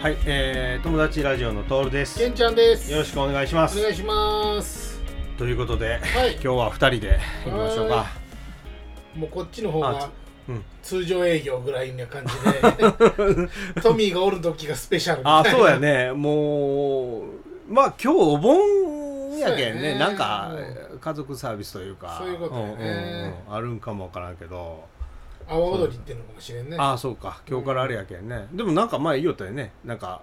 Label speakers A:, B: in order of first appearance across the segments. A: はい、えー、友達ラジオのトールです
B: け
A: よ
B: んちゃんです。
A: ろしくお願いします
B: お願いします。
A: ということで
B: はい
A: 今。日は二人で行きましょうか
B: はもうこっちの方が
A: あうん
B: 通常営業ぐらいな 感じで、トミーがおる時がスペシャルみたい
A: あ
B: な。
A: そうやねもうまあ今日お盆やけん
B: そうや
A: ね
B: ね
A: なんか家族サービスというか
B: そういうことやね
A: うんうんうんあるんかもわからんけど、
B: 阿波踊りっていうのかもしれんね。
A: ああそうか今日からあれやけんね、でもなんか前言おったよねなんか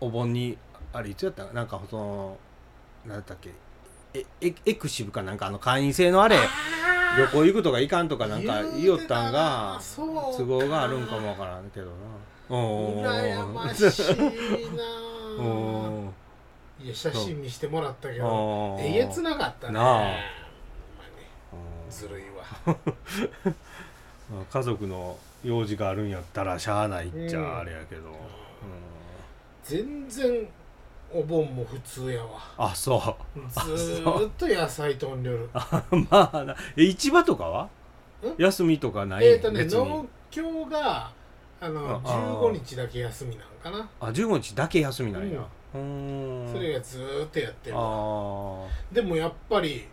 A: お盆にあれいつやったなんかそのなんだったっけえエエクシブかなんかあの会員制のあれ旅行行くとか行かんとかなんか言おったんが
B: 言うてたなそうか
A: 都合があるんかもわからんけどなお
B: 羨
A: ー
B: ましいな
A: おー
B: ぁ。いや写真見してもらったけ
A: お
B: ど、
A: ー
B: えげつなかったね。
A: なあ
B: ほんまにずるいわ。
A: まあ家族の用事があるんやったらしゃあないっち
B: うん
A: ゃあれやけど、うん
B: 全然お盆も普通やわ。
A: あそう
B: ずーっと野菜とんりょる。
A: まあなえ市場とかは
B: ん
A: 休みとかない
B: えーとね、
A: 別に
B: 農協があの
A: ああ
B: 15日だけ休みなのかな、
A: あ15日だけ休みなんやうーん
B: それがずーっとやってる
A: あ
B: でもやっぱり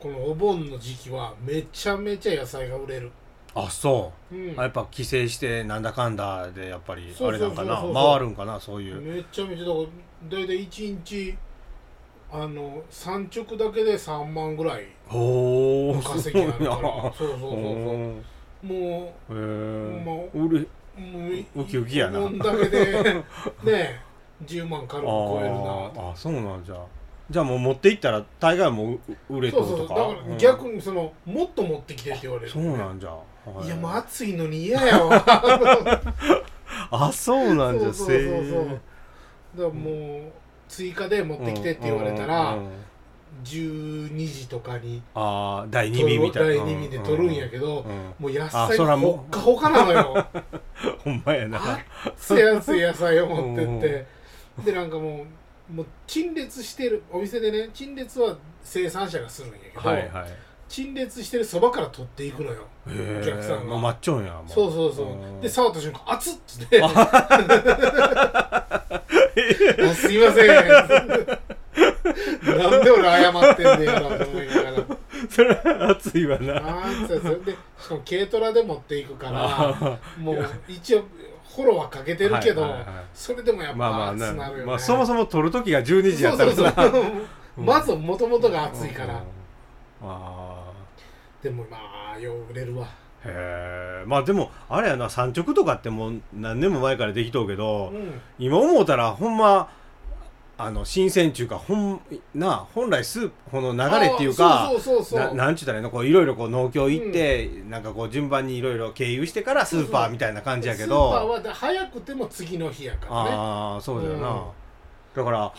B: このお盆の時期はめちゃめちゃ野菜が売れる、
A: ーあそ
B: うん
A: うあやっぱ帰省してなんだかんだでやっぱり
B: そ
A: あ
B: う
A: れ
B: そ
A: な
B: うんそうそ
A: か
B: う
A: な回るんかなそういう
B: めちゃめちゃだから大体1日あの産直だけで3万ぐらい
A: おお
B: 稼ぎになるから
A: お
B: そうそうそうそう
A: ーへ
B: もも
A: え
B: う
A: 俺
B: うもうい
A: ウキウキやな
B: お盆だけでねえ10万軽く
A: あ
B: 超えるな
A: ーあそうなんじゃじゃあもう持っていったら大概もう売れて
B: そ
A: る
B: うそうそ
A: と
B: う
A: か
B: だから逆にそのもっと持ってきてって言われ
A: うん
B: る
A: そうなんじゃ
B: いやもう
A: ま
B: 暑いのに嫌やわ
A: あそうなんじ
B: そ
A: ゃ
B: うそうそうそ
A: せ
B: う
A: ー
B: だからもう追加で持ってきてって言われた
A: うん
B: ら
A: うんうん
B: 12時とかに
A: ああ第2
B: 取
A: 味
B: る
A: みたい
B: 第
A: な
B: 2味で取るんや
A: け
B: けど
A: うん
B: もう野
A: あ
B: 菜
A: そら
B: ほ
A: も
B: っ
A: う
B: かほかな のよ
A: ほんまやな
B: 熱い熱い野菜を持ってってでなんかもうもう陳列してるお店でね陳列は生産者がするんやけど、
A: はいはい
B: 陳列してるそばから取っていくのよ
A: へ
B: お客さんが
A: もうマッチョンやも
B: そうそうそうで触った瞬間「熱っ!」つって「あすいません」なんで俺謝ってんねやろと思いながら
A: それは熱いわな
B: あーってそれでしかも軽トラで持っていくから
A: あ
B: もう一応フォローはかけてるけど、
A: はいはいはい
B: それでもやっ
A: ー まあま
B: ぱ
A: あ
B: 熱
A: な
B: なるよね、
A: まあそもそも取る時が12時
B: そ
A: や
B: う
A: った
B: そ
A: ら
B: うそう
A: さうん
B: まずもともとが熱いか
A: うん
B: ら、
A: あ
B: でもまあよう売れるわ
A: ーへえまあでもあれやな産直とかってもう何年も前からできとうけ
B: う
A: ど、
B: ん
A: 今思うたらほんまあの新鮮ちゅうかほんなあ本来スープこの流れっていうか
B: あーそうそうそうそ
A: な
B: う
A: なんちゅうたらいいのこういろいろこう農協行って、なんかこう順番にいろいろ経由してからスーパーみたいな感じやけど
B: スーパーはだ早くても次の日やからね
A: ああそうだよな、
B: うん
A: だから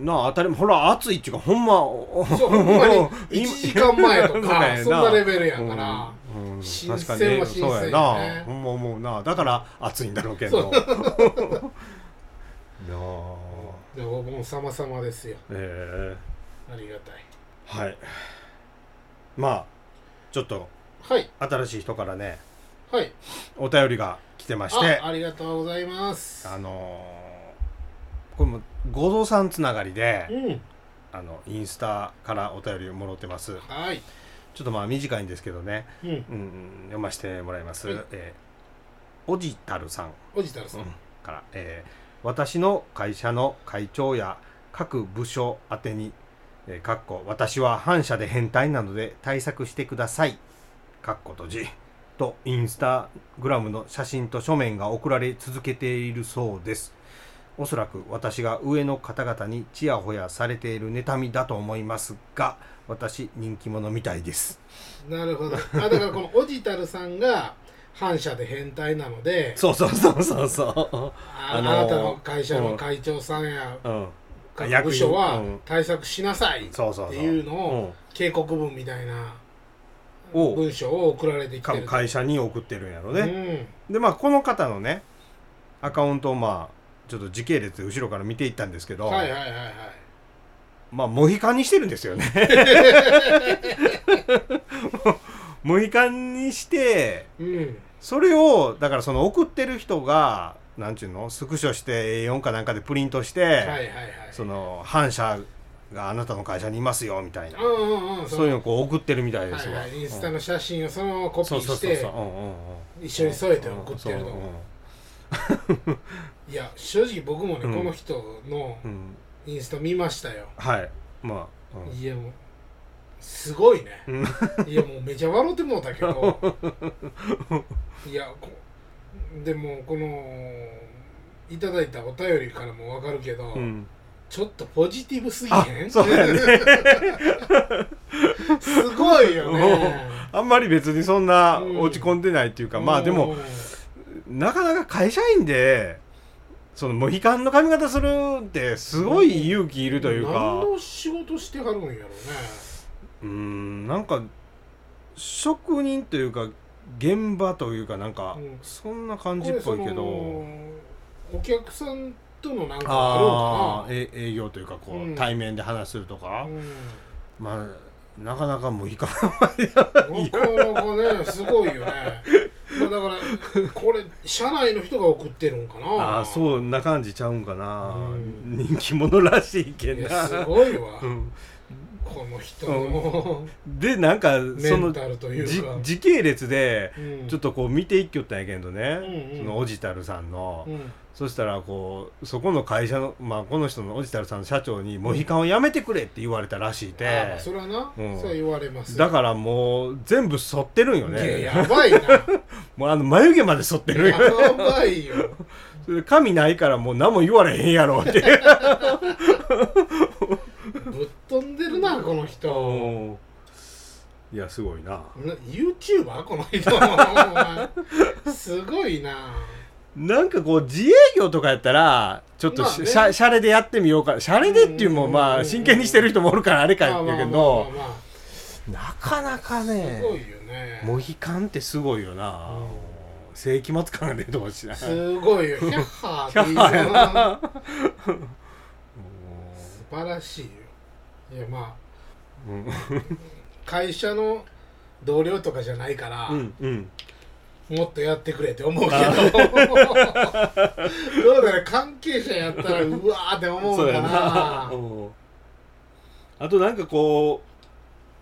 A: なあ当たり前ほら暑いっちゅうかほんまお
B: そうほんまに 1
A: 今
B: 時間前と
A: そうだよな
B: かそんなレベルやか
A: う
B: ら、
A: んうん
B: 新
A: 確かに
B: 鮮は新鮮
A: そ
B: や
A: う
B: ね
A: やなほんま思うなだから暑いんだろうけどな あ
B: でお盆様様ですよ
A: ええ
B: ありがたい
A: はいまあちょっと
B: はい
A: 新しい人からね
B: はい
A: お便りが来てまして
B: あありがとうございます
A: あのーこれも五蔵さんつながり
B: う
A: で
B: ん
A: あのインスタからお便りをもろってます
B: はい、
A: ちょっとまあ短いんですけどね、
B: うん、
A: うんうん、読ませてもらいます、
B: はい
A: えーおじたるさん
B: おじたるさん、
A: から、えー私の会社の会長や各部署宛てに、えー、かっこ私は反社で変態なので対策してくださいかっこ閉じとインスタグラムの写真と書面が送られ続けているそうですおそらく私が上の方々にちやほやされている妬みだと思いますが私人気者みたいです
B: なるほどあだからこのおじたるさんが反社で変態なので
A: そうそうそうそうそ
B: あ,、
A: あのー
B: あなたの会社の会長さんや
A: ううん
B: 各部署は
A: 役員うん
B: 対策しなさいって
A: そうそうそう
B: いうの
A: う
B: を
A: ん
B: 警告文みたいな
A: を
B: 文章を送られてきて
A: か
B: る
A: 会社に送ってるんやろ
B: う
A: ね、
B: ん
A: でまあこの方のねアカウントをまあちょっと時系列で後ろから見ていったんですけど、
B: はいはいはいはい
A: まあモヒカンにしてるんですよね モヒカンにして
B: うん
A: それをだからその送ってる人がなんちゅうのスクショして A4 かなんかでプリントして、
B: はいはいはい
A: その反社があなたの会社にいますよみたいな、
B: うんうんうん
A: そういうのをこう送ってるみたいです
B: はい
A: わ、
B: はい、インスタ
A: うん
B: の写真をそのままコピ
A: そ
B: ー
A: うそう
B: し
A: そう
B: て
A: そう、うんうんうん、
B: 一緒に添えて送ってるのいや正直僕もね、
A: うん
B: この人の
A: そう、うん、
B: インスタ見ましたよ、
A: はいまあ、うん
B: いやもうすごいね、
A: うん
B: いやもうめちゃ笑ってもうた けどいやこでもこのいただいたお便りからもわかるけど、
A: うん、
B: ちょっとポジティブすぎ
A: あ
B: へん
A: そうや
B: すごいよ ね
A: あんまり別にそんな
B: うん
A: 落ち込んでないっていうか、まあでもなかなか会社員でそのモヒカンの髪型するってすごい勇気いるというか
B: 何の仕事してはるんやろうね
A: うーんなんか職人というか現場というかなんか、
B: うん
A: そんな感
B: こ
A: じっ
B: れ
A: ぽ
B: そ
A: いけ
B: の
A: ど
B: お客さんとのなんか
A: あ
B: あ
A: あーえ営業というかこう、
B: うん
A: 対面で話すると
B: る
A: か、
B: ん
A: まあなかなかモヒカン
B: かな、うん、なかなかねすごいよねまあだからこれ社内の人が送ってるんかな
A: ああそんな感じちゃうんかな、
B: うん
A: 人気者らしいけん
B: い
A: な
B: やすごいわ、
A: うん
B: この人の
A: でなんか
B: メ
A: その
B: ンタルという
A: じ
B: か、
A: 時系列で
B: うん
A: ちょっとこう見ていっきょったんやけどね、
B: うんう
A: そ
B: ん
A: のオジタルさんの、
B: うん
A: そしたらこうそこの会社の、まあ、この人のオジタルさんの社長に「モヒカンをやめてくれ」って言われたらしい
B: ああま
A: て
B: あ、それはな、
A: うん
B: そう言われます
A: だからもう全部剃ってるんよ
B: いや
A: ね
B: やばいな
A: もうあの眉毛まで剃ってるんよ
B: やばいよ
A: それで髪ないからもう何も言われへんやろって
B: ぶっ飛んでるなこの人
A: うんいやすごいな
B: な YouTuber この人お前すごいな
A: なんかこう自営業とかやったらちょっとし,、
B: まあね
A: しゃしゃれでやってみようかしゃれでっていうも
B: うん
A: まあ真剣にしてる人もおるからあれか
B: まあま
A: やけ
B: あまあ
A: ど
B: まあまあ
A: なかなか
B: すごい
A: ね
B: よね
A: モヒカンってすごいよな、
B: うん
A: 世紀末感が出てほしいな
B: すごいよヒャッハーっ
A: キャ
B: て言い
A: ーや
B: な
A: な
B: 素晴らしいよいやまあ
A: うん
B: 会社の同僚とかじゃないから、
A: うんうん
B: もっとやってくれって思うけどどうだろう関係者やったらうわーって思う
A: そう
B: か
A: やな
B: な
A: うんあとなんかこ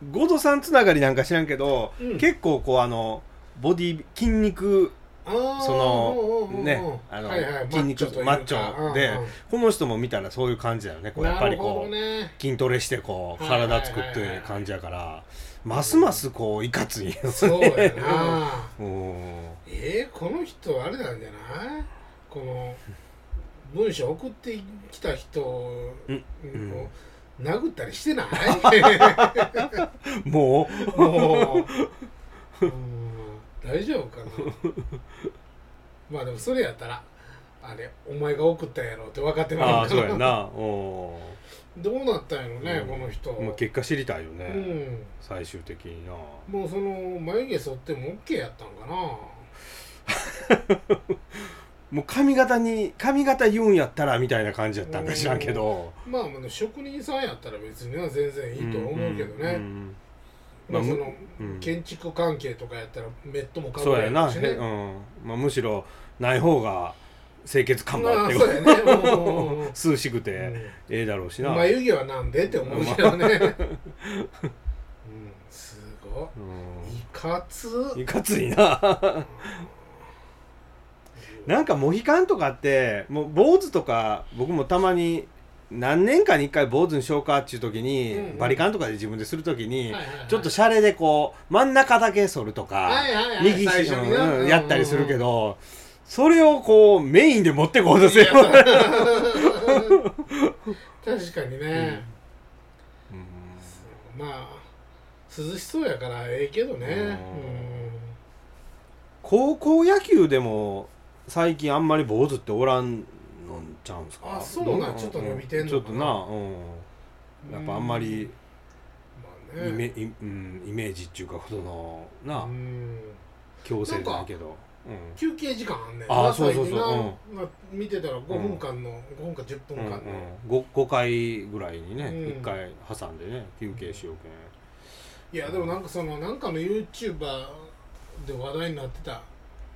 A: うゴドさんつながりなんか知らんけど、
B: うん
A: 結構こうあのボディ筋肉
B: あー
A: その
B: うんうんうんうん
A: ねあの
B: はいはい
A: 筋肉とマッチ
B: というか
A: ョで
B: うんうん
A: この人も見たらそういう感じだよねこうやっぱりこう、
B: なるほどね
A: 筋トレしてこう
B: はいはいはいはい
A: 体作ってる感じやからますますこういかついよ
B: そうやな
A: うん
B: えー、この人あれなんじゃないこの文章送ってきた人を
A: うんうん
B: 殴ったりしてない
A: も
B: もううん大丈夫かなまあでもそれやったらあれお前が送ったんやろって分かって
A: う
B: ま
A: ああ
B: う
A: そ
B: か
A: う
B: ら
A: やなうん
B: どうなったんやろね、
A: うん
B: この人、
A: まあ結果知りたいよね、
B: うん
A: 最終的にな
B: もうその眉毛剃っても OK やったんかな
A: もう髪型に髪型言うんやったらみたいな感じやったんか知らんけど
B: まあまあ職人さんやったら別には全然いいとは思うけどね、
A: んま
B: まあ
A: あ
B: その
A: うん
B: 建築関へとかやったらメットもかぶ
A: そう
B: れ
A: や
B: る
A: な、
B: し
A: へ
B: ね
A: うんまあ、むしろない方が清潔感が
B: ま
A: あっ
B: あ
A: て
B: そう やねうんうんうん
A: 涼しくてええだろうしな、
B: 眉毛はなんでって思うけどねうんすごいいかつ
A: うんいかついななんかモヒカンとかってもう坊主とか僕もたまに何年かに1回坊主にしようかっちゅう時に、
B: うんうん
A: バリカンとかで自分でする時に、
B: はいはいはい
A: ちょっとシャレでこう真ん中だけ剃るとか、
B: はいはいはい
A: 右
B: 最
A: し、
B: 初にな
A: うんうん、やったりするけど、それをこうメインで持ってこうと
B: い
A: す
B: や
A: る
B: そう 確かにね、まあ涼しそうやからええけどね
A: 高校野球でも最近あんまり坊主っておらんのんちゃうんすか
B: あそうなん
A: ど
B: ちょっと伸びてんのかな
A: ちょっとな、うん、
B: う
A: やっぱあんまりイ
B: まあね
A: メ,イ、うん、イメージっていうかそのな
B: うん
A: 強制じゃないけど、
B: 休憩時間あんねん
A: あ
B: な
A: そうそう
B: 最
A: そう
B: 近な、まあ見てたら5分間の、5分か10
A: うんうん
B: 分
A: うん
B: 間の、
A: 5, 回ぐらいにね、
B: うん
A: 1回挟んでね休憩しようけん、
B: いやでもなんかそのなんかの YouTuber で話題になってた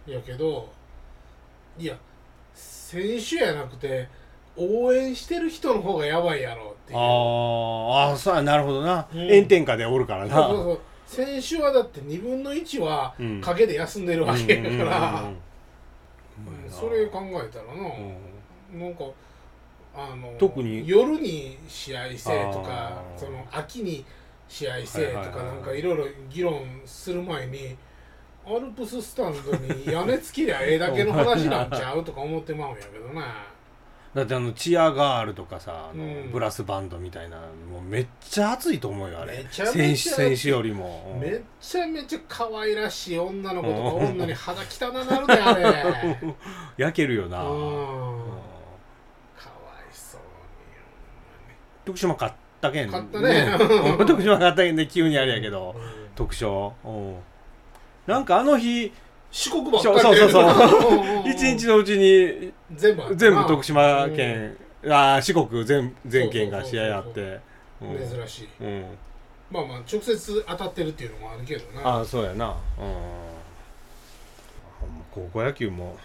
B: んやけどいや選手やなくて応援してる人の方がやばいやろっていう
A: あーあそうやなるほどな、
B: うん
A: 炎天下でおるからな
B: そうそうそう選手はだって2分の1は
A: うん
B: 陰で休んでるわけや
A: うんうんうんうん
B: から
A: ほんまやな
B: それ考えたらな、
A: うん
B: なんかあの
A: 特に
B: 夜に試合せえとか
A: あー
B: その秋に試合せえと
A: は
B: か
A: いはいはい
B: なんかいろいろ議論する前にアルプススタンドに屋根付きりゃええだけの話なんちゃうとか思ってまうんやけどな
A: だってあのチアガールとかさあの、
B: うん
A: ブラスバンドみたいなもうめっちゃ熱いと思うよあれ
B: めちゃめちゃ
A: 選手
B: 熱い
A: 選手よりも
B: めっちゃめちゃ可愛らしい女の子とか女に 肌汚なるであれうん
A: 焼けるよな、
B: か
A: うん
B: わいそう
A: 徳島買ったけん
B: 買ったね
A: 徳島買ったけんで急にあれやけど
B: に、うん
A: 特賞うんなんかあの日
B: 四国ばっかりで
A: そうそうそ
B: んんん
A: 一日のうちに
B: 全部あったな
A: 全部徳島県、あー四国全全県が試合あっ
B: そう
A: てう
B: うん
A: ん
B: 珍しい
A: うん
B: まあまあ直接当たってるっていうのもあるけどな
A: ああそうやなうん高校野球も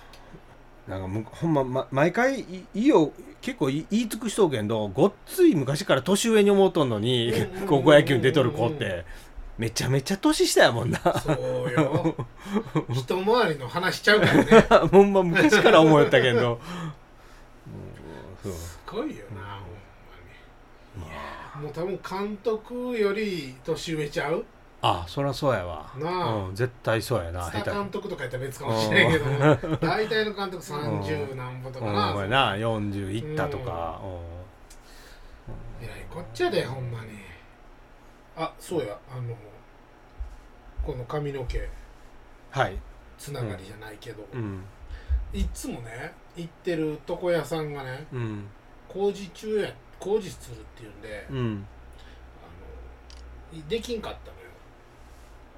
A: なんかむほんま、ま、毎回いいいよ結構い言い尽くしとうけんどごっつい昔から年上に思うとんのに
B: うんうんうんうん
A: 高校野球に出とる子ってめちゃめちゃ年下やもんな
B: そうよ一回りの話しちゃうからね
A: ほんま昔から思いよったけんどうんそう
B: すごいよなほんまにもう多分監督より年上ちゃう
A: あそりゃそうやわ
B: なあ
A: うん、絶対そうやな
B: スタ
A: 下手
B: 監督とかやったら別かもしれんけども大体の監督30何歩とか
A: うん、お
B: な
A: 前
B: 偉
A: な40いったとか、うん
B: いこっちゃでほんまにあそうやあのこの髪の毛
A: はい、
B: つながりじゃないけど、
A: うん
B: いっつもね行ってる床屋さんがね
A: うん
B: 工事中や工事するっていうんで、
A: うん、
B: あのできんかったのよ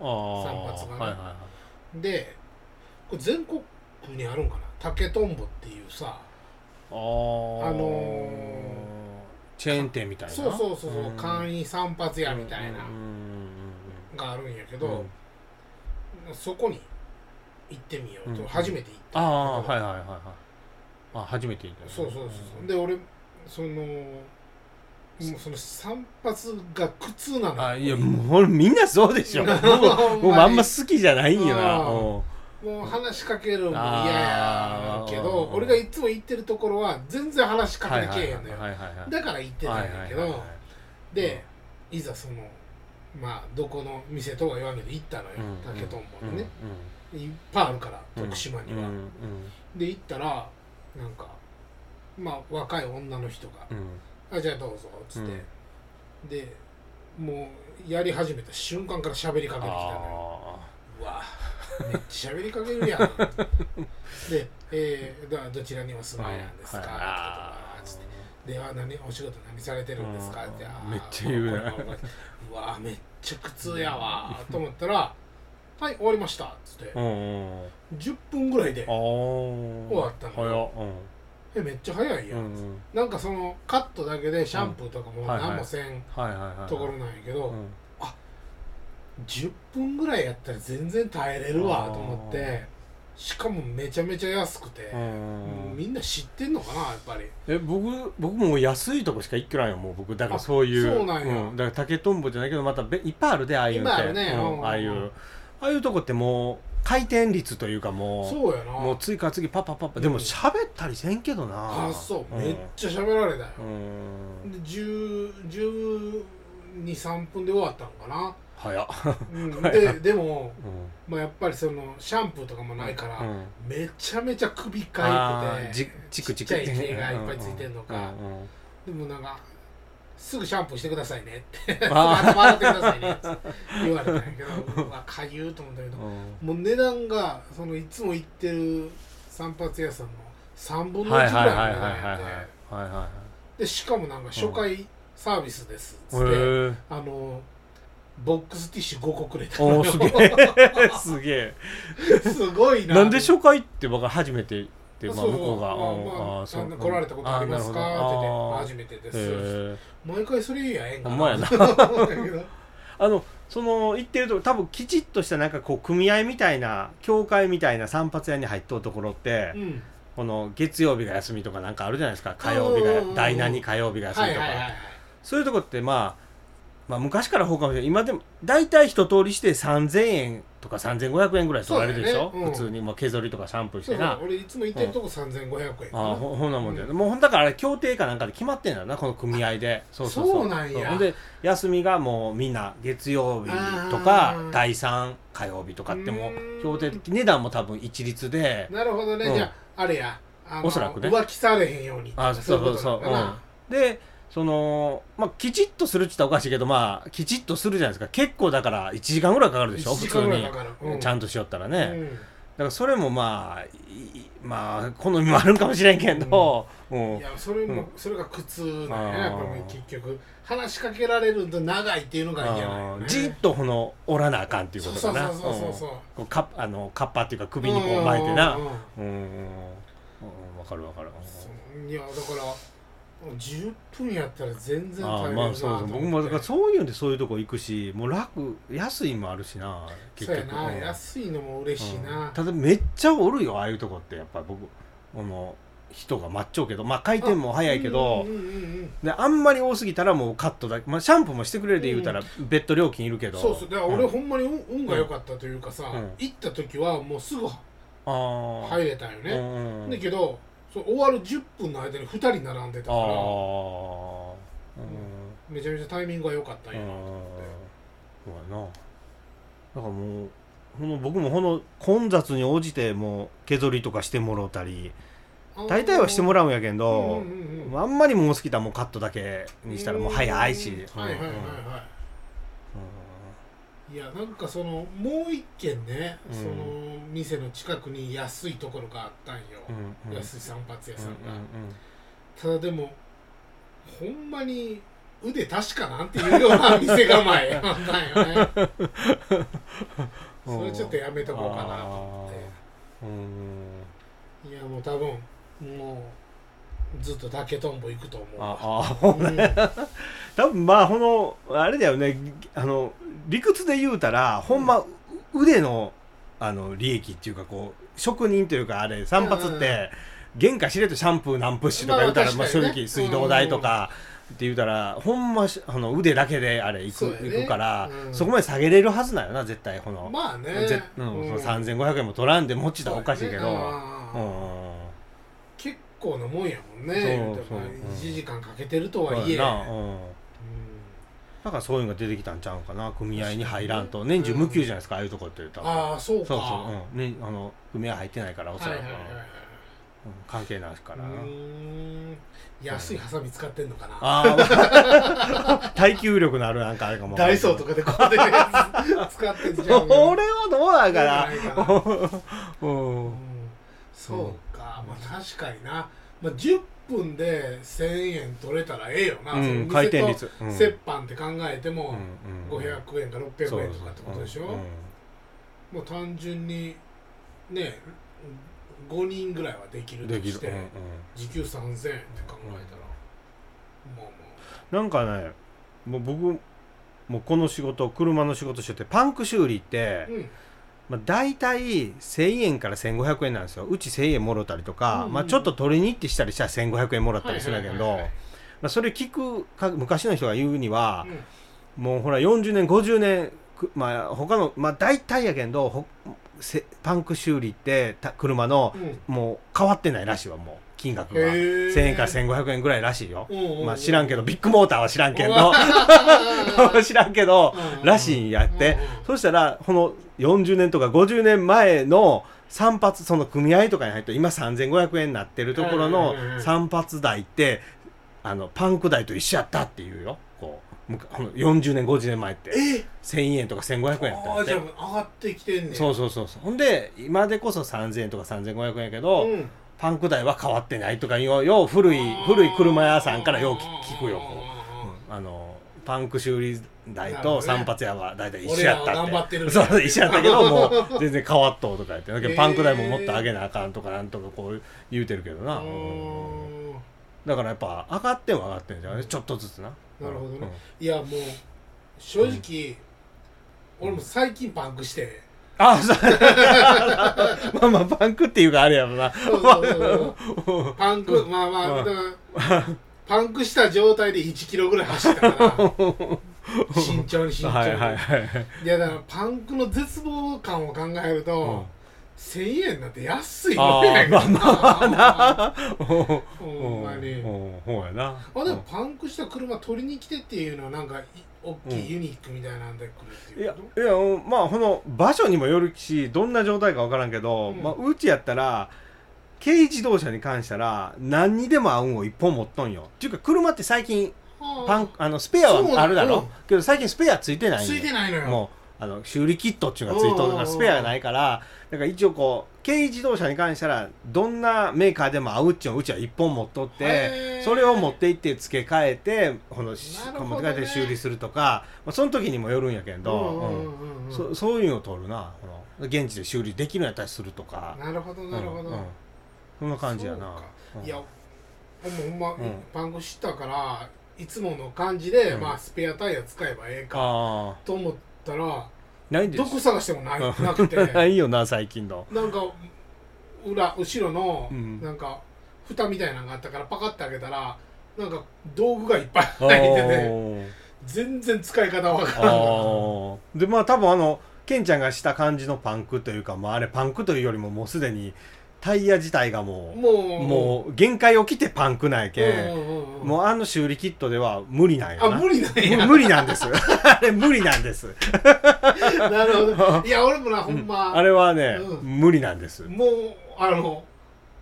A: ああ
B: 散髪がね
A: はいはいはい
B: でこれ全国区にあるんかな竹とんぼっていうさ
A: あー
B: あのー
A: チェーン店みたいな
B: そうそうそうそ
A: ん
B: う、簡易散髪屋みたいな
A: うんうん
B: があるんやけ
A: うんうん
B: ど、そこに行ってみようと、
A: うん
B: 初めて行った
A: ああ
B: んだけど
A: はいはいはいはいあ初めて行ったよね
B: そうそうそうそう
A: で
B: で俺そのもうその散髪が苦痛なの
A: あいやもうみんなそうでしょもうもうあんま好きじゃないんよな
B: あー
A: うん
B: もう話しかけるのも嫌や
A: あー
B: け
A: うんうん
B: ど
A: うん
B: 俺がいつも行ってるところは全然話しか
A: は
B: け
A: い
B: て
A: は
B: け
A: い
B: えへんのよ
A: はいはいはい
B: だから行ってたんやけ
A: はいはい
B: ど
A: はいはい
B: でいざそのまあどこの店とは言わんけど行ったのよ
A: うんうん
B: 竹とんぼのね
A: うんうん
B: いっぱいあるから徳島に
A: うんう
B: は
A: ん
B: で行ったらなんかまあ若い女の人が
A: うん
B: 「あじゃあどうぞ」っつってでもうやり始めた瞬間から喋りかけてきたのよ
A: あ
B: うわめっちゃ喋りかけ るやんで、えーだどちらにお住まいなんですか?
A: はい
B: とか」つってでは何お仕事何されてるんですか?」
A: うん
B: って
A: めっちゃ言うな
B: な うわめっちゃ苦痛やわと思ったら「はい終わりました」っつって
A: うんうん
B: 10分ぐらいで
A: あ終
B: わったの
A: 早っうん
B: 「えめっちゃ早いやん」
A: うんうん
B: なんかそのカットだけでシャンプーとかも
A: うんはいはい
B: 何もせん
A: はいはいはい
B: ところなんやけど、
A: うん
B: 10分ぐらいやったら全然耐えれるわと思ってしかもめちゃめちゃ安くて、
A: うん
B: みんな知ってんのかなやっぱり
A: え僕僕もう安いとこしか行ってないよもう僕だからそういう
B: あそうなんや
A: だから竹とんぼじゃないけどまたべいっぱいあるでああいうの
B: いっぱいあるね
A: うん
B: うん
A: ああいうああいうとこってもう回転率というかも
B: そうやな
A: うもう次から次パッパッパッパでも喋ったりせんけどな
B: あそう、
A: ん
B: めっちゃ喋られたよ、
A: うん
B: で1 2三3分で終わったの かな、
A: 早っ
B: うん、
A: はい
B: ででも、
A: うん
B: まあ、やっぱりそのシャンプーとかもないから、
A: うん
B: めちゃめちゃ首
A: あ
B: かい
A: ー
B: て
A: じ
B: て
A: チクチク
B: ちっちゃい毛がいっぱいついてんのか
A: うんうんうん
B: でもなんか「すぐシャンプーしてくださいね」って 「
A: あ
B: 頭洗ってくださいね」って言われたんやけどうわかゆうと思ったけどもう値段がそのいつも行ってる散髪屋さんの3分の
A: はい
B: 1ぐ
A: はい
B: らい
A: はいはい
B: の値
A: はいはい
B: 段やで
A: はいは
B: でしかもなんか初回サービスですっつ
A: い
B: って、
A: へえ
B: あのボックスティッシュ5個くれた
A: おーすげえ すげえ
B: すごいな
A: なんで初回って僕は初めてってまあ
B: そう
A: 向こうがうん
B: まあまあ
A: ーそう
B: あの来られたことありますか
A: あーなるほどあー
B: って言って初めてです、
A: へえ
B: 毎回それ言えやええんか
A: ほんまやな
B: 思うんやけど
A: あのその言ってると多分きちっとしたなんかこう組合みたいな協会みたいな散髪屋に入っとうところって
B: うん
A: この月曜日が休みとかなんかあるじゃないですか火曜日
B: うんうんう
A: が
B: ん
A: 第何火曜日が休み
B: は
A: と
B: い
A: か、
B: はいはいはい
A: そういうとこってまあまあ昔からほうかもしれない今でも大体一通りして3000円とか3500円ぐらい取られるでしょ、
B: そうだよねうん
A: 普通にもう削りとかシャンプーし
B: そ
A: て
B: う
A: な
B: そう俺いつも行ってるとこ3500円か
A: ああほほんなもんで、
B: う
A: もうほんだからあれ協定かなんかで決まってんだよなこの組合でそうそうそう
B: そうなんや
A: ほんで休みがもうみんな月曜日と
B: あ
A: か
B: ー
A: 第3火曜日とかっても
B: うーん
A: う協定値段も多分一律で
B: なるほどね、
A: うん
B: じゃああれやあの
A: おそらくね
B: 浮気されへんように
A: あそうそうそう
B: いことなのか
A: うん、でそのまあきちっとするって言ったらおかしいけどまあきちっとするじゃないですか結構だから1時間ぐらいかかる
B: な
A: でしょ
B: 一
A: 普
B: 時
A: 通
B: 間ぐらい
A: に
B: かかるう
A: ちゃんとしよったらね、
B: うん
A: だからそれもまあいいまあ好みもあるんかもしれんけど、うん
B: いやそれも、
A: うん
B: それが苦痛だよねやっぱも
A: あ
B: う
A: ー
B: 結局話しかけられると長いっていうのが嫌なんよ
A: あー
B: ね
A: じっとこの折らなあかんっていうことかな
B: そうそうそうそうそう
A: うんこうカッあのカッパっていうか首にこう巻いてな
B: う
A: うんん
B: うん
A: わ
B: うん
A: かるわかる
B: そういやだから10分やったら全然
A: あ
B: 大
A: ー
B: 変
A: ま
B: だ
A: あ
B: な
A: そうそう
B: と思
A: 僕もだか
B: って
A: らそういうんでそういうとこ行くしもう楽安いもあるしな結
B: そうや
A: 局
B: な、
A: うん
B: 安いのも嬉しいな、
A: ただめっちゃおるよああいうとこってやっぱり僕この人が待っちゃうけどまあ回転も早いけど
B: うんうんうんうん
A: であんまり多すぎたらもうカットだけ、まあ、シャンプーもしてくれるで言うたら別途料金いるけど、
B: そうそうだから
A: ん
B: 俺ほんまに運運が良かったというかさ、
A: うん
B: 行った時はもうすぐ
A: ああ
B: 入れたんよね、
A: うんうん
B: だけどそう終わる10分の間に2人並んでた
A: あ
B: から
A: あ
B: めちゃめちゃタイミングが良かったん
A: うんう
B: や
A: ん
B: なと
A: そうやなだ
B: 思って
A: からもうこの僕もこの混雑に応じてもう削りとかしてもろうたり
B: あー
A: 大体はしてもらうんやけど
B: うんうんうんうん
A: あんまりもう好きだらもうカットだけにしたらもう早いし
B: うんはいはいはいは
A: う
B: いいやなんかそのもう一軒ね、
A: うん
B: その店の近くに安いところがあったんよ、
A: んうんうん
B: 安い散髪屋さんが、
A: うんうん
B: ただでもほんまに腕確かなんていうような店構えやったんよね
A: うん
B: それちょっとやめとこうかなと思っ
A: うん
B: ていやもう多分もうずっとだけとんぼ行くと思うわ
A: ああ
B: うん
A: 多分まあこのあれだよねあの理屈で言うたらほんまう腕のあの利益っていうかこう職人というかあれ散髪っ
B: うん
A: て原価知れとシャンプー何プッシュとか言うたら、
B: ま
A: ま
B: あ
A: あ
B: 確か
A: 正
B: にね
A: 直水道代とかって言うたら、ほんましあの腕だけであれいく,、
B: そうやね
A: いくから、
B: うん
A: そこまで下げれるはずなんよな絶対この,、
B: まあね
A: ぜ うんその3500円も取らんで持ちたらおかしいけど。
B: そううんやね
A: う
B: あー
A: んうん
B: 結構なもんやもんね
A: そうそう
B: ま
A: う
B: あ
A: ん
B: 1時間かけてるとはい
A: そう
B: え
A: やなうんなんかそういうのが出てきたんちゃうんかな組合に入らんと年中無給じゃないですか、ああいうとこって言うと
B: ああーそうか
A: そうそう、うんね、あの組合入ってないからおそら
B: はい
A: く、
B: はいはいはい
A: うん関係ないから、
B: うーん安いハサミ使ってんのかな
A: ああ 耐久力のあるなんかあれかも
B: ダイソーと
A: か
B: かでこうやって使ってんじゃん
A: 俺はどうだから
B: ないかな
A: うん
B: うんそうかまあ確かにな、まあ、10分で1000円取れたらええよな、
A: うん
B: その店と
A: 回転率うん
B: 折半って考えても、
A: うん
B: 500円か600円とかってことでしょ
A: そうそう
B: もう単純にね5人ぐらいはでき
A: う
B: る
A: ん
B: と
A: でき
B: し
A: る、
B: て、
A: うんうん
B: 時給3000円って考えたら、まあ
A: なんかねもう僕もうこの仕事車の仕事しててパンク修理って
B: まあ、うん
A: まあ、大体1000円から1500円なんですようち1000円もろたりとか、
B: うんうん
A: まあ、ちょっと取りに行ってしたりしたら1500円もらったりするんだけ
B: はい
A: ど
B: はいはいはい
A: まあそれ聞くか昔の人が言うには
B: う、ん
A: もうほら40年50年くまあ他のまあ大体やけどほせパンク修理ってた車の
B: うん
A: もう変わってないらしいわもう金額が
B: へー
A: 1000円から1500円ぐらいらしいよ、
B: うんうんうん
A: まあ、知らんけどビッグモーターは知らんけ
B: うわ
A: ど 知らんけど、らしいんやって、そしたらこの40年とか50年前の散髪その組合とかに入って今3500円になってるところの
B: うんうんうん
A: 散髪代ってあのパンク代と一緒やったっていうよこうむかこの40年50年前って1000円とか1500円や
B: ああ
A: っ
B: じ
A: た
B: ゃ
A: んやっ
B: あ
A: て
B: 上がってきてんねん
A: そうそうそうそうほんで今でこそ3000円とか3500円やけど、
B: うん
A: パンク代は変わってないとかようよう古い古い車屋さんからよう聞聞くよこうあのパンク修理代と散髪屋は大体一緒やった
B: 俺らは頑張ってるみたいな
A: そう一緒やったけどもう全然変わっとうとか言ってだけ
B: へ
A: ど
B: ー
A: パンク代ももっと上げなあかんとかなんとかこう言うてるけど
B: う
A: な、うん
B: ん
A: だからやっぱ上がっても上がってんじゃんちょっとずつな
B: なるほどね いやもう正直、俺も最近パンクして
A: あそうまあまあパンクっていうかあれやろな
B: そうそうそうそうパンクまあまあだからパンクした状態で1キロぐらい走っ たから慎重に慎重に、
A: はいはいはい、
B: いやだからパンクの絶望感を考える
A: う
B: と
A: ん、
B: 1000円なんて 安い
A: あ
B: もんや
A: ー
B: んか
A: まあまあな ほ
B: ほんまに
A: ほうやな
B: あでもパンクした車取りに来てっていうのはなんかい大きいユニックみたいなんで来るって
A: い
B: いう
A: や
B: こと、
A: いやうんまあこの場所にもよるしどんな状態か分からんけど、
B: うん
A: まあ、うちやったら軽自動車に関したら何にでも合うんを一本持っとんよっていうか車って最近
B: はあ
A: パンあのスペア
B: そう
A: はあるだ
B: うん
A: ろけど最近スペアついてないんよ
B: ついてないのよ
A: もうあの修理キットっていうのがついと
B: うんうんう
A: る
B: ん
A: からスペアがないからだから一応こう軽自動車に関したらどんなメーカーでも合うっちゅうのをうちは一本持っとっ
B: へ
A: て
B: ー
A: それを持って行って付け替えてこの、
B: なるほ
A: 持
B: ど
A: っ
B: ね
A: て帰って修理するとか、まあ、その時にもよるんやけ
B: う
A: ど、
B: んうん
A: うん
B: うんうん
A: そそういうのを取るなこの現地で修理できるんやったらするとか
B: なるほどなるほど、
A: うんうんそんな感じやな
B: そ
A: う
B: うか
A: ん
B: いやほんまほんま、
A: うん
B: パンクしたからいつもの感じで、
A: うん
B: まあスペアタイヤ使えばええか
A: あ
B: と思ったら
A: ーないんで
B: ど
A: す
B: こ探してもない
A: うん
B: なく て
A: な
B: ない
A: よな最近の
B: んか裏後ろの、
A: うん
B: なんか蓋みたいなのがあったからパカッて開けたらなんか道具がいっぱい入ってて
A: おー
B: 全然使い方わからんか
A: ああでまあ多分あのケンちゃんがした感じのパンクというか、まあ、あれパンクというよりももうすでにタイヤ自体がも
B: ら
A: う
B: もう
A: もう限界をきてパンクなんや
B: う
A: け、
B: んうんうんうん
A: もうあの修理キットでは無理なんや
B: あ
A: な
B: 無理なん や
A: 無理なんですあれ無理なんです
B: なるほどいや俺もなほんま、
A: うんあれはね、
B: う
A: 無理なんです
B: もうあの、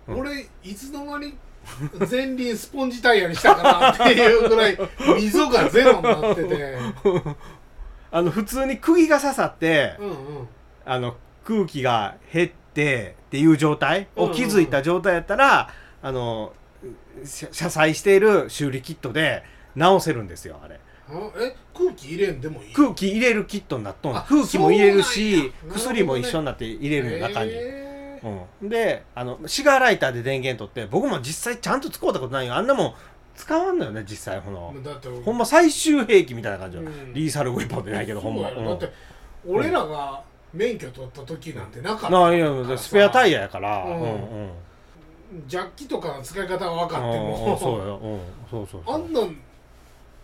A: うん
B: 俺いつの間に前輪スポンジタイヤにしたかなっていうぐらい溝がゼロになってて
A: あの普通に釘が刺さって、
B: うんうん
A: あの空気が減ってっていう状態
B: うん
A: を
B: うん
A: 気づいた状態やったら、あのし車載している修理キットで直せるんですよあれ
B: あえ空気入れんでもいい
A: 空気入れるキットになっとんの
B: あ
A: 空気も入れるし
B: そうなんや
A: 薬も
B: なるほどね
A: 一緒になって入れるよ中に、
B: へ
A: うん、であのシガーライターで電源取って僕も実際ちゃんと使うたことないよあんなもん使わんのよね実際こ
B: ー
A: の
B: だって
A: ほんま最終兵器みたいな感じよ、
B: うん
A: リーサルウェポンでないけどほんま、
B: そうやろだって俺らが免許取った時なんてなかった
A: なあいやスペアタイ
B: ヤ
A: ヤやから、
B: うん
A: うんうん
B: ジャッキとかの使い方は分かって
A: うんうんそう
B: も
A: よ、うん、そうそうそ
B: あ
A: うん
B: なん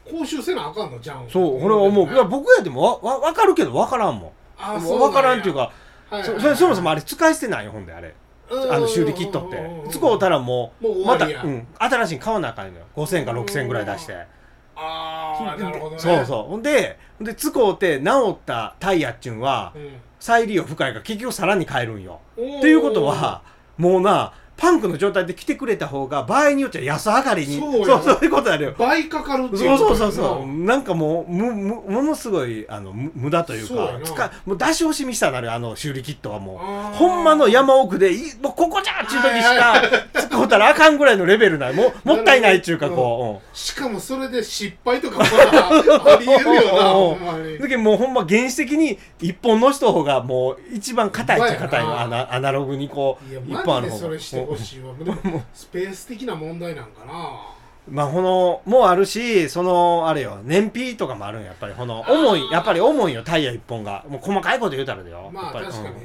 B: 講習せなあかんのじゃん
A: そう俺は思ういや
B: ね
A: 僕やでもわわ分かるけど分からんもん
B: あ
A: もう分からんっていう、か
B: そうなんや
A: そ
B: はい
A: そ
B: はいはい
A: そもそもあれ使い捨てないよほんであれあの修理キットっ
B: うんうんうんうん
A: て使うたらも
B: も
A: う
B: う終
A: ま
B: わ
A: た、
B: りや、
A: うん、新しいん買わなあかんのよ5000か6000ぐらい出して
B: ああなるほどね
A: そうそうほんでほんで使うて直ったタイヤっちゅうんは
B: うん、
A: 再利用深いから結局さらに買えるんよ
B: おー
A: っていうことはもうなパンクの状態で来てくれた方が場合によっちゃ安上がりに
B: そうよ
A: そうそういうことあるよ
B: 倍かかるってい
A: そう
B: こ
A: そ
B: と
A: うそう
B: や
A: そ
B: な
A: うなんかもうむむものすごいあのむ無駄という
B: そうや
A: か
B: な
A: 使もう出し惜しみしたなるあの修理キットはも
B: あ
A: う
B: ー
A: ほんまの山奥でいもうここじゃっちゅう時し
B: は
A: か使うたらあかんぐらいのレベルないもうもったいないっちゅうか
B: なる
A: こ
B: しかもそれで失敗とかまだありえるよなほんま
A: う、う
B: に
A: ん、だけど もうほんま原始的に一本の人方がもう一番硬いっちゃ硬い
B: ほん
A: の
B: まや
A: ア
B: な
A: ナアナログにこ
B: いうや
A: 一本あ
B: マ
A: る
B: ジで
A: 方
B: そ
A: が
B: れしてほしいわでもスペース的な問題なんかな
A: まあこのもあるしそのあれよ燃費とかもあるんややっぱりこの重
B: あ
A: い
B: ー
A: やっぱり重いよタイヤ一本がもう細かいこと言うたらだよ
B: まあ
A: やっぱり
B: 確
A: う
B: かに
A: んうん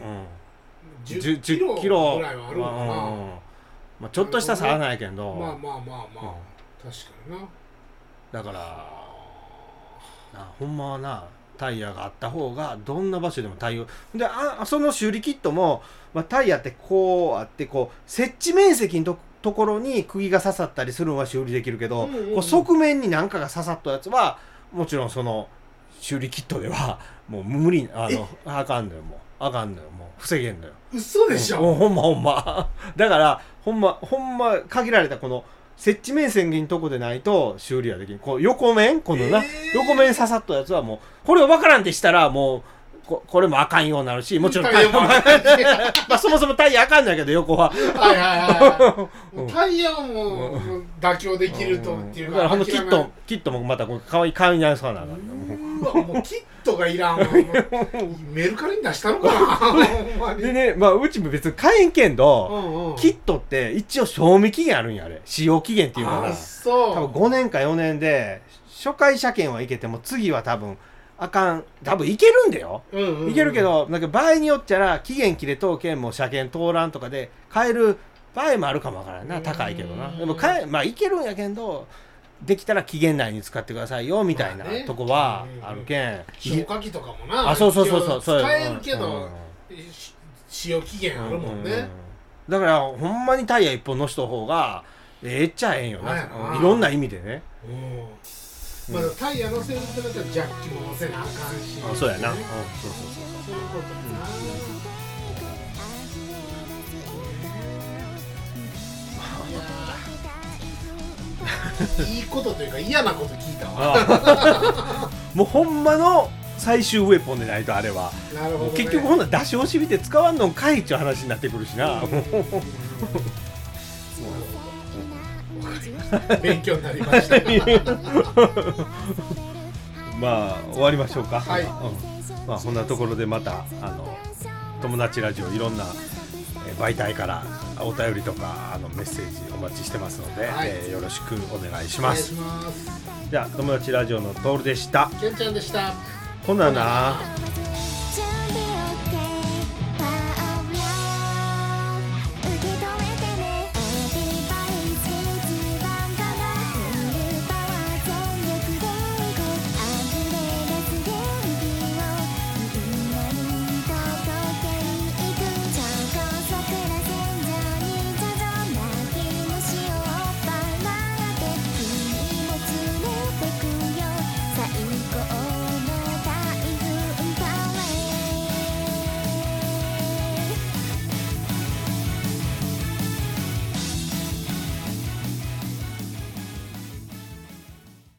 B: 10キロぐらいはあるのかな、
A: うんうんうんまあ、ちょっとした差はないけど、
B: まあまあまあまあ、確かにな
A: だからなほんまはなタイヤがあった方がどんな場所でも対応であその修理キットも、まあ、タイヤってこうあってこう設置面積のとところに釘が刺さったりするのは修理できるけど、
B: うんうんうん
A: こう側面に何かが刺さったやつはもちろんその修理キットではもう無理あのあかんのよもうあかんのよもう防げんのよ
B: 嘘でし
A: う
B: ょ、
A: んほんまほんまだからほんまほんま限られたこの設置面積のとこでないと修理はできんこう横面このな、
B: えー
A: 横面刺さったやつはもうこれを分からんでしたらもうここれもあかんようになるしもちろん
B: タイ ヤもあかんし
A: まあ、そもそもタイヤあかんだけど横は
B: はいはいはい、
A: うん
B: タイヤをもう、妥協できるとっていう
A: だから
B: か
A: ほんのキッ
B: 諦め
A: トキットもまたこれかわいい買いになりそうなの
B: うーわもうキットがいらんわもうメルカリに出したのかなほんまに
A: でねまあうちも別に買えんけん
B: う
A: ど、
B: んうん
A: キットって一応賞味期限あるんやあれ使用期限っていうのが
B: あそう
A: 多分5年か4年で初回車検はいけても次は多分あかん多分いけるんだよ、
B: うんうんうん
A: いけるけどなんか場合によっちゃら期限切れ当券も車検通らんとかで買える場合もあるかもわからんな高いけどな
B: うん
A: でも買えまあいけるんやけどできたら期限内に使ってくださいよみたいな
B: まあね
A: とこは
B: うん
A: あるけん、
B: 消火器とかもな
A: あそうそうそうそう
B: 一
A: そ
B: 応
A: う
B: 使えるけ
A: うんう
B: ど
A: ん
B: し使用期限あるもんね
A: だからほんまにタイヤ一本の人方がええっちゃええんよ
B: まあ
A: な
B: やな
A: うんいろんな意味でね
B: うんまだタイヤ乗せるってなったらジャッキも乗せなあかんし
A: あそうやな、うん、
B: ね
A: そうそうそう
B: そういうことやないいことというか嫌なこと聞いたわ
A: あ もうほんまの最終ウェポンでないとあれは、
B: なるほ
A: も
B: ど、
A: う
B: ね、
A: 結局ほんなら出し惜しみって使わんのんかいっちゅう話になってくるしな、もう
B: うん 勉強になりました
A: まあ終わりましょうか、
B: はい
A: うんまあ、こんな ところでまたあの友達ラジオいろんなえー媒体からお便りとかあのメッセージお待ちしてますので、
B: はい
A: えーよろしくお願いし
B: お願
A: ま
B: い
A: す
B: します
A: じゃあ友達ラジオのトールでした
B: けんちゃんでした
A: ほなな
C: 「